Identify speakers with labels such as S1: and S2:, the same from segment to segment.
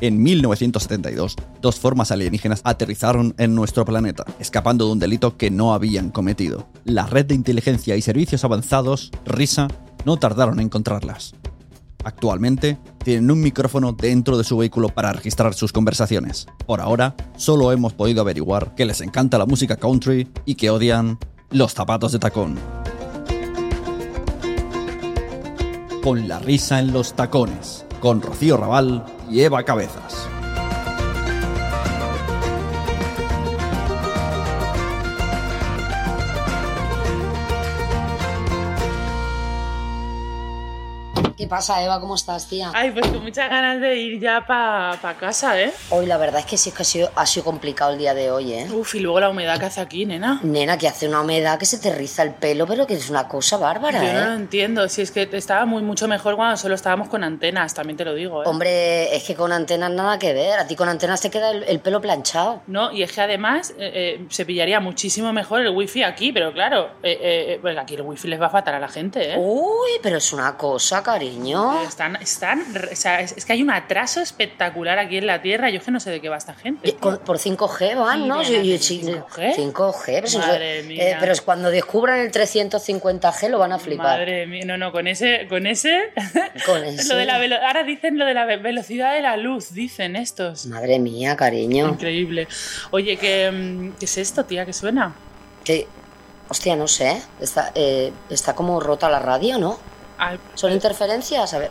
S1: en 1972, dos formas alienígenas aterrizaron en nuestro planeta, escapando de un delito que no habían cometido. La red de inteligencia y servicios avanzados, RISA, no tardaron en encontrarlas. Actualmente, tienen un micrófono dentro de su vehículo para registrar sus conversaciones. Por ahora, solo hemos podido averiguar que les encanta la música country y que odian los zapatos de tacón. Con la risa en los tacones, con Rocío Raval y Eva Cabezas.
S2: ¿Qué pasa, Eva? ¿Cómo estás, tía?
S3: Ay, pues con muchas ganas de ir ya para casa, ¿eh?
S2: Hoy la verdad es que sí es que ha sido, ha sido complicado el día de hoy, ¿eh?
S3: Uf, y luego la humedad que hace aquí, nena.
S2: Nena, que hace una humedad que se te riza el pelo, pero que es una cosa bárbara,
S3: Yo no lo
S2: ¿eh?
S3: entiendo. Si es que estaba muy mucho mejor cuando solo estábamos con antenas, también te lo digo, ¿eh?
S2: Hombre, es que con antenas nada que ver. A ti con antenas te queda el, el pelo planchado.
S3: No, y es que además eh, eh, se pillaría muchísimo mejor el wifi aquí, pero claro, eh, eh, eh, porque aquí el wifi les va a fatal a la gente, ¿eh?
S2: Uy, pero es una cosa, cariño.
S3: Están, están, o sea, es, es que hay un atraso espectacular aquí en la Tierra. Yo es que no sé de qué va esta gente.
S2: Eh, con- por 5G van, ¿no?
S3: Mira,
S2: Yo- yo-
S3: ¿de
S2: sí,
S3: 5G?
S2: 5G, pues,
S3: Madre
S2: eh,
S3: mía.
S2: pero es cuando descubran el 350G lo van a flipar.
S3: Madre mía, no, no, con ese, con ese,
S2: Con ese-
S3: lo de la velo- ahora dicen lo de la ve- velocidad de la luz, dicen estos.
S2: Madre mía, cariño.
S3: Increíble. Oye, ¿qué, mm, ¿qué es esto, tía? ¿Qué suena?
S2: Que, hostia, no sé. Está, eh, está como rota la radio, ¿no?
S3: Ay,
S2: ¿Son interferencias? A ver.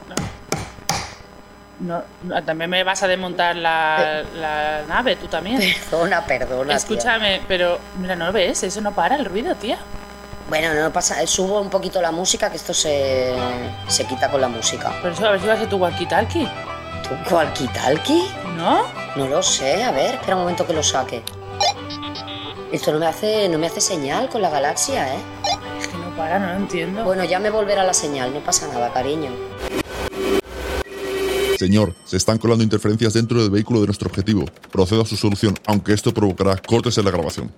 S3: no, no, también me vas a desmontar la, la nave, tú también.
S2: Perdona, perdona. tía.
S3: Escúchame, pero mira, ¿no lo ves? Eso no para el ruido, tía.
S2: Bueno, no pasa. eh, Subo un poquito la música, que esto se, se quita con la música.
S3: Por eso a ver si vas a tu walkie-talkie,
S2: ¿Tú walkie-talkie?
S3: ¿no?
S2: No lo sé. A ver, espera un momento que lo saque. Esto no me hace, no me hace señal con la galaxia, ¿eh?
S3: Es que no para, no lo entiendo.
S2: Bueno, ya me volverá la señal, no pasa nada, cariño.
S4: Señor, se están colando interferencias dentro del vehículo de nuestro objetivo. Proceda a su solución, aunque esto provocará cortes en la grabación.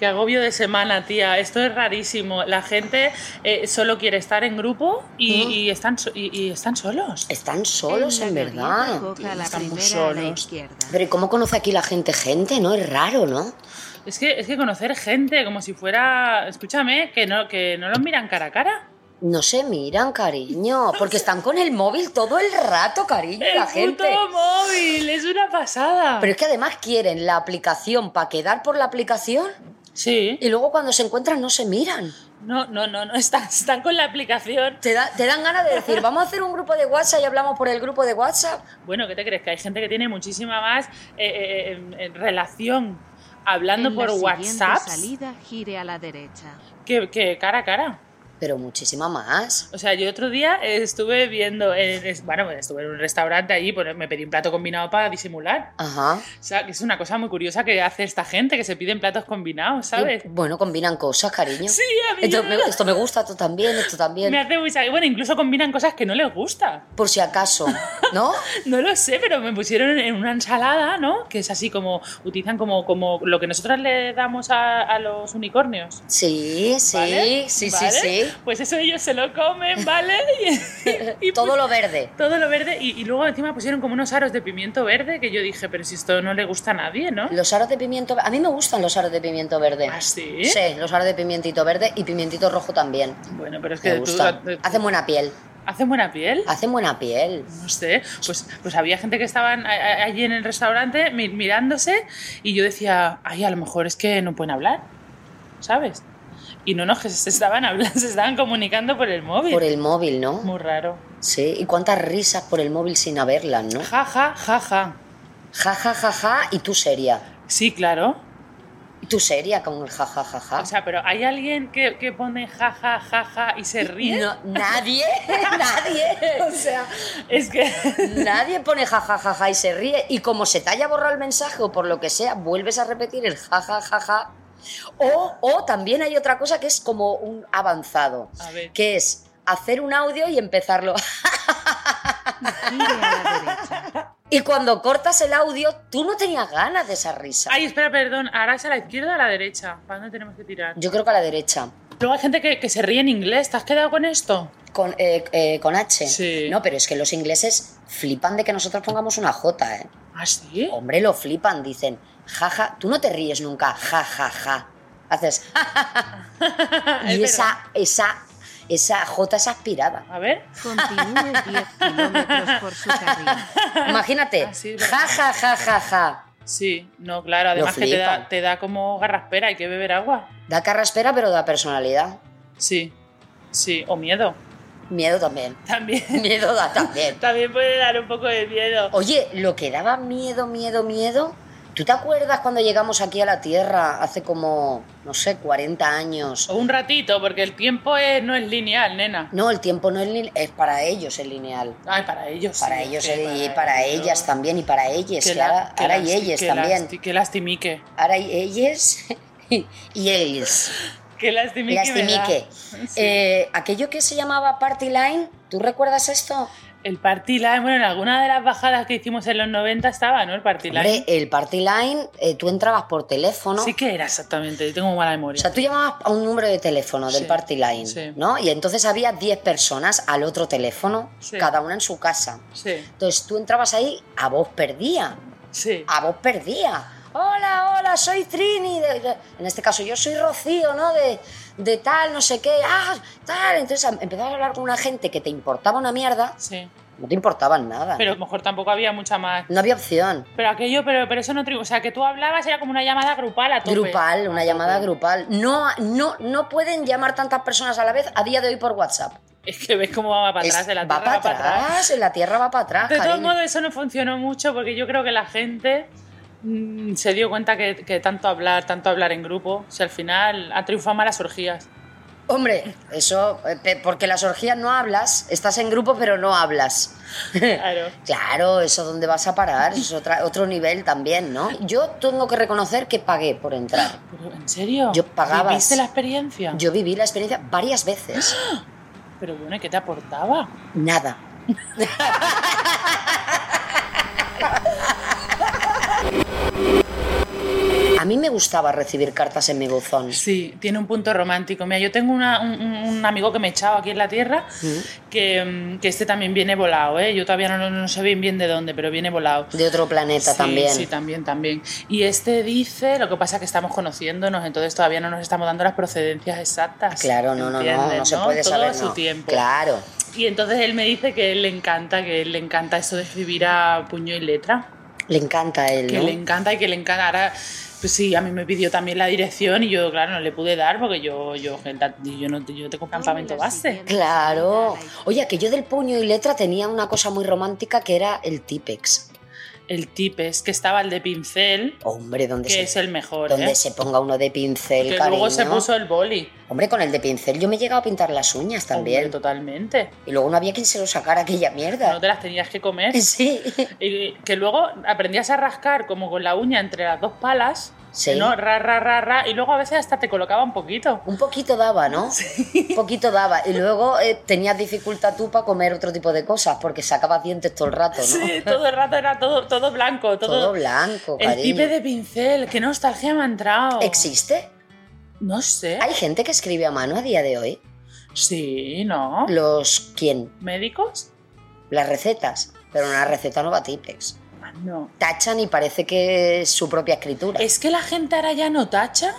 S3: Qué agobio de semana, tía. Esto es rarísimo. La gente eh, solo quiere estar en grupo y, y están, so- y, y están solos.
S2: Están solos, en verdad.
S3: Están muy solos.
S2: Pero ¿y cómo conoce aquí la gente gente, no? Es raro, ¿no?
S3: Es que, es que conocer gente como si fuera... Escúchame, que no, que no los miran cara a cara.
S2: No se miran, cariño, porque están con el móvil todo el rato, cariño,
S3: ¡El
S2: la
S3: puto
S2: gente.
S3: móvil! ¡Es una pasada!
S2: Pero es que además quieren la aplicación para quedar por la aplicación
S3: Sí.
S2: y luego cuando se encuentran no se miran.
S3: No, no, no, no. Están, están con la aplicación.
S2: Te, da- te dan ganas de decir, vamos a hacer un grupo de WhatsApp y hablamos por el grupo de WhatsApp.
S3: Bueno, ¿qué te crees? Que hay gente que tiene muchísima más eh, eh, em, em, relación hablando por WhatsApp
S5: salida gire a la derecha.
S3: que, que cara a cara.
S2: Pero muchísima más.
S3: O sea, yo otro día eh, estuve viendo, en- es- bueno, estuve en un restaurante allí, pues, me pedí un plato combinado para disimular.
S2: Ajá.
S3: O sea, que es una cosa muy curiosa que hace esta gente, que se piden platos combinados, ¿sabes?
S2: Y, bueno, combinan cosas, cariño.
S3: Sí, a mí
S2: Esto
S3: ya-
S2: me, esto me gusta, esto también, esto también.
S3: Me hace muy... sa- Bueno, incluso combinan cosas que no les gusta.
S2: Por si acaso, ¿no?
S3: No lo sé, pero me pusieron en una ensalada, ¿no? Que es así como, utilizan como, como lo que nosotros le damos a, a los unicornios.
S2: Sí, sí,
S3: ¿vale?
S2: sí,
S3: ¿Vale?
S2: sí, sí.
S3: Pues eso ellos se lo comen, ¿vale? Y, y
S2: Todo
S3: pus-
S2: lo verde.
S3: todo lo verde. Y, y luego encima pusieron como unos aros de pimiento verde que yo dije, pero si esto no le gusta a nadie, ¿no?
S2: Los aros de pimiento. A mí me gustan los aros de pimiento verde.
S3: ¿Ah, sí?
S2: Sí, los aros de pimientito verde y pimientito rojo también.
S3: Bueno, pero es que
S2: Me
S3: tú-
S2: gustan.
S3: tú-
S2: Hacen buena piel.
S3: ¿hacen buena piel.
S2: Hacen buena piel.
S3: No sé, pues, pues había gente que estaban a- a- allí en el restaurante mi- mirándose y yo decía, ay, a lo mejor es que no pueden hablar, ¿sabes? Y no, no, que se estaban hablando, se estaban comunicando por el móvil.
S2: Por el móvil, ¿no?
S3: Muy raro.
S2: Sí. Y cuántas risas por el móvil sin haberlas, ¿no?
S3: Ja, ja, ja, ja.
S2: Ja, ja, ja, ja. Y tú seria.
S3: Sí, claro.
S2: Y tú seria con el ja, ja, ja, ja.
S3: O sea, pero ¿hay alguien que, que pone ja, ja, ja, ja y se ríe?
S2: No, nadie, nadie. O sea,
S3: Es que...
S2: nadie pone ja, ja, ja, ja y se ríe. Y como se te haya borrado el mensaje o por lo que sea, vuelves a repetir el ja, ja, ja, ja. O, o también hay otra cosa que es como un avanzado.
S3: A ver.
S2: que es hacer un audio y empezarlo.
S5: Gire a la derecha.
S2: Y cuando cortas el audio, tú no tenías ganas de esa risa.
S3: Ay, espera, perdón. ¿Ahora es a la izquierda o a la derecha? ¿Para dónde tenemos que tirar?
S2: Yo creo que a la derecha.
S3: Luego hay gente que, que se ríe en inglés. ¿Te has quedado con esto?
S2: Con, eh, eh, con H.
S3: Sí.
S2: No, pero es que los ingleses Flipan de que nosotros pongamos una J, ¿eh?
S3: ¿Ah, sí?
S2: Hombre, lo flipan, dicen. Jaja, tú no te ríes nunca, jajaja. Haces. ja, ja, ja.
S3: Es
S2: y
S3: verdad.
S2: esa, esa, esa J es aspirada.
S3: A ver.
S5: Continúe 10 kilómetros por su carril.
S2: Imagínate.
S3: Ah, sí, es verdad.
S2: Ja, ja, ja, ja, ja.
S3: Sí, no, claro. Además que te
S2: flipan.
S3: da, te da como garraspera, hay que beber agua.
S2: Da carraspera, pero da personalidad.
S3: Sí, sí. O miedo.
S2: Miedo también.
S3: También.
S2: Miedo da también.
S3: También puede dar un poco de miedo.
S2: Oye, lo que daba miedo, miedo, miedo. ¿Tú te acuerdas cuando llegamos aquí a la Tierra hace como, no sé, 40 años?
S3: O un ratito, porque el tiempo es, no es lineal, nena.
S2: No, el tiempo no es, lin- es para ellos el lineal.
S3: Ay, para ellos.
S2: Para
S3: sí,
S2: ellos
S3: que
S2: el- y para ellas también, y para ellas. que
S3: la-
S2: ahora,
S3: que
S2: ahora
S3: las-
S2: y ellas
S3: que
S2: también.
S3: lasti- que lastimique.
S2: Ahora y ellas y ellos.
S3: Que lastimique.
S2: Las
S3: me da.
S2: Timique.
S3: Sí.
S2: Eh, aquello que se llamaba Party Line, ¿tú recuerdas esto?
S3: El party line, bueno, en alguna de las bajadas que hicimos en los 90 estaba, ¿no? El party line.
S2: Hombre, el Party Line, eh, tú entrabas por teléfono.
S3: Sí que era exactamente, yo tengo mala memoria.
S2: O sea, tú llamabas a un número de teléfono del
S3: Sí,
S2: Party Line,
S3: sí.
S2: ¿no? Y entonces había 10 personas al otro teléfono,
S3: Sí.
S2: cada una en su casa.
S3: Sí,
S2: Entonces tú entrabas ahí, a voz perdía,
S3: sí.
S2: a voz perdía. Hola, hola, soy Trini. de- de- en este caso, yo soy Rocío, ¿no? De, de tal, no sé qué. Ah, tal. Entonces am- empezabas a hablar con una gente que te importaba una mierda,
S3: sí.
S2: no te importaban nada.
S3: Pero a lo mejor tampoco había mucha más.
S2: No había opción.
S3: Pero aquello, pero, pero eso no tribu. O sea, que tú hablabas era como una llamada grupal a tope.
S2: Grupal, una llamada grupal. No, no, no pueden llamar tantas personas a la vez a día de hoy por WhatsApp.
S3: Es que ves cómo va para
S2: Es-
S3: atrás de la
S2: va
S3: tierra,
S2: para atrás, la tierra va para atrás.
S3: De todos
S2: cariño.
S3: modos, eso no funcionó mucho porque yo creo que la gente mm, se dio cuenta que, que tanto hablar, tanto hablar en grupo, si al final ha triunfado más las orgías.
S2: Hombre, eso, eh, pe- porque las orgías no hablas, estás en grupo pero no hablas.
S3: Claro.
S2: Claro, eso dónde vas a parar, eso es otra- otro nivel también, ¿no? Yo tengo que reconocer que pagué por entrar.
S3: Pero, ¿En serio?
S2: Yo pagabas.
S3: ¿Viste la experiencia?
S2: Yo viví la experiencia varias veces.
S3: Pero bueno, ¿y ¿qué te aportaba?
S2: Nada. A mí me gustaba recibir cartas en mi buzón.
S3: Sí, tiene un punto romántico. Mira, yo tengo una- un, un- un amigo que me he echado aquí en la tierra, que, mm, que este también viene volado, ¿eh? Yo todavía no, no, no sé bien, bien de dónde, pero viene volado.
S2: De otro planeta
S3: sí,
S2: también.
S3: Sí, también, también. Y este dice, lo que pasa es que estamos conociéndonos, entonces todavía no nos estamos dando las procedencias exactas.
S2: Claro, no, no, no,
S3: ¿entiendes,
S2: no se puede
S3: Todo
S2: saber.
S3: a su
S2: no.
S3: tiempo.
S2: Claro.
S3: Y entonces él me dice que él le encanta, que él le encanta eso de escribir a puño y letra.
S2: Le encanta a él,
S3: Que
S2: ¿no?
S3: le encanta y que le encanta. Ahora, pues sí, a mí me pidió también la dirección y yo, claro, no le pude dar porque yo, yo, yo, no, yo tengo campamento base.
S2: Claro. Oye, que yo del puño y letra tenía una cosa muy romántica que era el típex.
S3: El tip es que estaba el de pincel,
S2: Hombre, donde,
S3: que es
S2: se,
S3: el mejor.
S2: donde
S3: ¿eh?
S2: se ponga uno de pincel,
S3: que
S2: cariño.
S3: luego se puso el boli.
S2: Hombre, con el de pincel yo me he llegado a pintar las uñas
S3: Hombre,
S2: también.
S3: totalmente.
S2: y luego no había quien se lo sacara aquella mierda.
S3: No te las tenías que comer.
S2: Sí.
S3: Y que luego aprendías a rascar como con la uña entre las dos palas.
S2: Sí.
S3: ¿no? Ra, ra, ra, ra, y luego a veces hasta te colocaba un poquito.
S2: Un poquito daba, ¿no? Un poquito daba. Y luego eh, tenías dificultad tú para comer otro tipo de cosas porque sacabas dientes todo el rato, ¿no?
S3: Sí, todo el rato era todo, todo blanco, todo,
S2: Todo blanco,
S3: El
S2: cariño.
S3: tipe de pincel, qué nostalgia me ha entrado.
S2: ¿Existe?
S3: ¿Eh? No sé.
S2: ¿Hay gente que escribe a mano a día de hoy?
S3: Sí, ¿no?
S2: ¿Los quién?
S3: ¿Médicos?
S2: Las recetas. Pero una receta no va a típex.
S3: Ah, No.
S2: Tachan y parece que es su propia escritura.
S3: ¿Es que la gente ahora ya no tacha?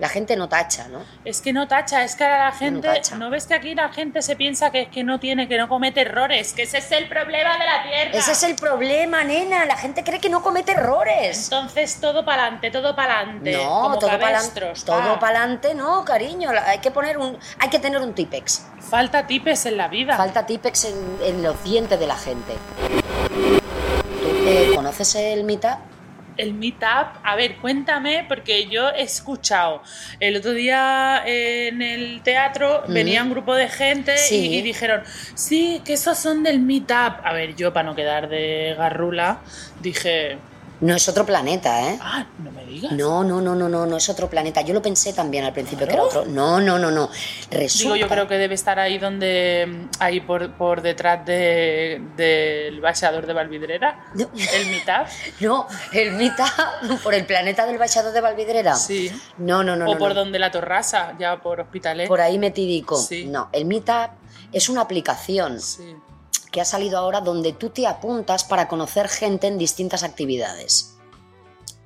S2: La gente no tacha, ¿no?
S3: Es que no tacha, es que ahora la gente.
S2: tacha.
S3: No, ves que aquí la gente se piensa que es que no tiene, que no comete errores? Que ese es el problema de la tierra.
S2: Ese es el problema, nena. La gente cree que no comete errores.
S3: Entonces todo para adelante, todo para adelante.
S2: No, todo para
S3: cabestros,
S2: Todo
S3: ah.
S2: para adelante, no, cariño. La- Hay que poner un, hay que tener un típex.
S3: Falta tipes en la vida.
S2: Falta típex en, en los dientes de la gente. ¿Tú eh, conoces el meetup?
S3: El meetup, a ver, cuéntame, porque yo he escuchado. El otro día eh, en el teatro
S2: Mm.
S3: venía un grupo de gente y-
S2: Sí.
S3: y, dijeron, sí, que esos son del meetup. A ver, yo para no quedar de garrula, dije,
S2: No es otro planeta, ¿eh?
S3: ah, no me digas.
S2: No, no, no, no, no, no es otro planeta. Yo lo pensé también al principio
S3: Claro.
S2: que era otro. No, no, no, no. Resulta.
S3: Digo, yo creo que debe estar ahí donde, ahí por, por detrás de- del baixador de Valvidrera,
S2: No.
S3: el meetup.
S2: No, el meetup por el planeta del Baixador de Valvidrera.
S3: Sí.
S2: No, no, no.
S3: o
S2: no,
S3: por
S2: no.
S3: donde la torraza, ya por hospitalet.
S2: Por ahí metidico.
S3: ¿Eh? Sí.
S2: No, el meetup es una aplicación
S3: Sí.
S2: que ha salido ahora donde tú te apuntas para conocer gente en distintas actividades.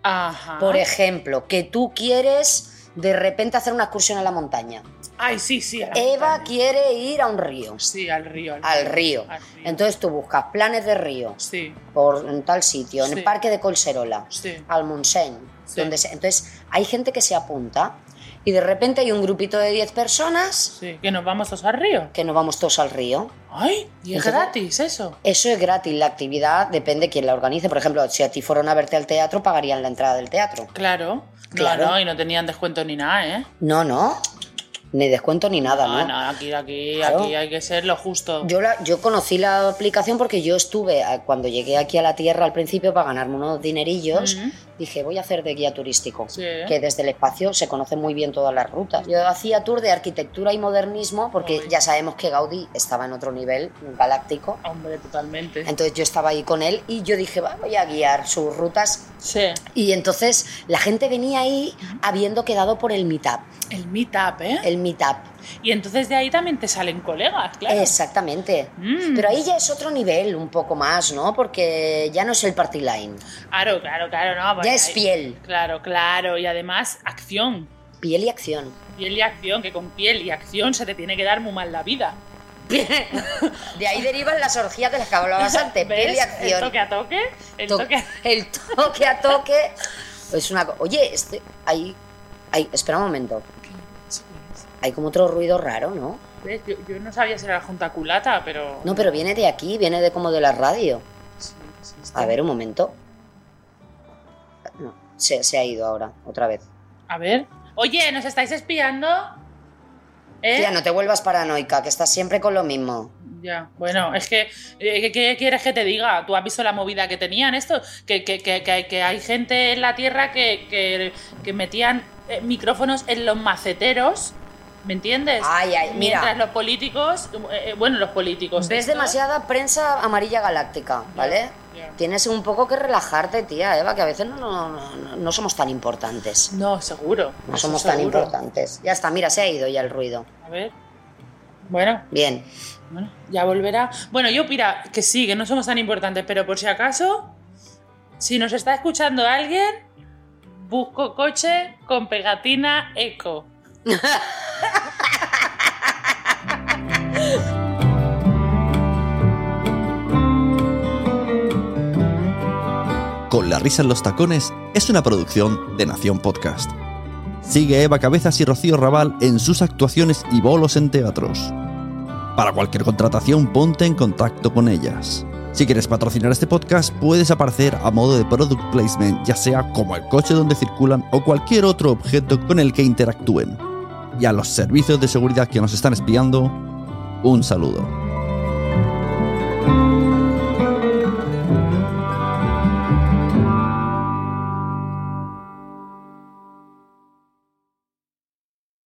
S3: Ajá.
S2: Por ejemplo, que tú quieres de repente hacer una excursión a la montaña.
S3: Ay, sí, sí. a la
S2: Eva
S3: montaña.
S2: quiere ir a un río.
S3: Sí, al río.
S2: Al río.
S3: al río.
S2: Entonces tú buscas planes de río
S3: Sí,
S2: por en tal sitio, en
S3: Sí.
S2: el parque de Colserola,
S3: sí.
S2: al Montseny,
S3: Sí.
S2: donde se- entonces hay gente que se apunta y de repente hay un grupito de 10 personas
S3: Sí, que nos vamos todos al río.
S2: que nos vamos todos al río.
S3: Ay, y es
S2: Entonces-
S3: gratis eso.
S2: Eso es gratis, la actividad depende quién la organice. Por ejemplo, si a ti fueron a verte al teatro, pagarían la entrada del teatro.
S3: Claro.
S2: Claro.
S3: No, no, y no tenían descuento ni nada, ¿eh?
S2: No, no, ni descuento ni nada,
S3: No,
S2: ¿no?
S3: no, aquí, aquí,
S2: Claro.
S3: aquí hay que ser lo justo.
S2: Yo, la- yo conocí la aplicación porque yo estuve, a- cuando llegué aquí a la tierra al principio para ganarme unos dinerillos,
S3: Ujú.
S2: dije, voy a hacer de guía turístico,
S3: Sí.
S2: que desde el espacio se conocen muy bien todas las rutas. Yo hacía tour de arquitectura y modernismo porque
S3: Uy.
S2: ya sabemos que Gaudí estaba en otro nivel galáctico.
S3: Hombre, totalmente.
S2: Entonces yo estaba ahí con él y yo dije, "Va, voy a guiar sus rutas.
S3: Sí.
S2: Y entonces la gente venía ahí habiendo quedado por el meetup.
S3: El meetup, ¿eh?
S2: El meetup,
S3: Y entonces de ahí también te salen colegas, claro.
S2: exactamente.
S3: Mm.
S2: Pero ahí ya es otro nivel, un poco más, ¿no? Porque ya no es el party line.
S3: Claro, claro, claro, no. porque
S2: Ya es
S3: Ah, ahí-
S2: piel.
S3: Claro, claro. Y además, acción.
S2: Piel y acción.
S3: Piel y acción, que con piel y acción se te tiene que dar muy mal la vida.
S2: De ahí derivan las orgías de las que hablabas antes.
S3: ¿Ves?
S2: Piel y
S3: El
S2: acción.
S3: toque a toque. El
S2: To-
S3: toque a...
S2: el toque a toque. Es una. co- Oye, este. Ahí. ahí- espera un momento.
S3: pues.
S2: Hay como otro ruido raro, ¿no?
S3: ¿Ves? Yo, yo no sabía si era la junta culata, pero...
S2: No, pero viene de aquí, viene de como de la radio.
S3: Sí, sí, está.
S2: A ver, un momento. No, se, se ha ido ahora, otra vez.
S3: A ver. Oye, ¿nos estáis espiando? ¿Eh?
S2: Tía, no te vuelvas paranoica, que estás siempre con lo mismo.
S3: Ya, bueno, es que, eh, ¿qué, qué quieres que te diga? ¿Tú has visto la movida que tenían esto? Que, que, que, que- que hay gente en la Tierra que, que, que metían eh, micrófonos en los maceteros, ¿me entiendes?
S2: Ay, ay, mira.
S3: Mientras los políticos, eh, eh, bueno, los políticos...
S2: Ves
S3: esto-
S2: demasiada prensa amarilla galáctica, ¿vale?
S3: Ya.
S2: Tienes un poco que relajarte, tía Eva, que a veces no, no- no- no- no somos tan importantes.
S3: No, seguro.
S2: No
S3: eso
S2: somos tan
S3: seguro.
S2: importantes. Ya está, mira, se ha ido ya el ruido.
S3: A ver. Bueno,
S2: Bien.
S3: Bueno, ya volverá. Bueno, yo mira, que sí, que no somos tan importantes, pero por si acaso, si nos está escuchando alguien, busco coche con pegatina eco.
S1: Con la risa en los tacones es una producción de Nación Podcast. Sigue a Eva Cabezas y Rocío Raval en sus actuaciones y bolos en teatros. Para cualquier contratación ponte en contacto con ellas. Si quieres patrocinar este podcast puedes aparecer a modo de product placement, ya sea como el coche donde circulan o cualquier otro objeto con el que interactúen. Y a los servicios de seguridad que nos están espiando, un saludo.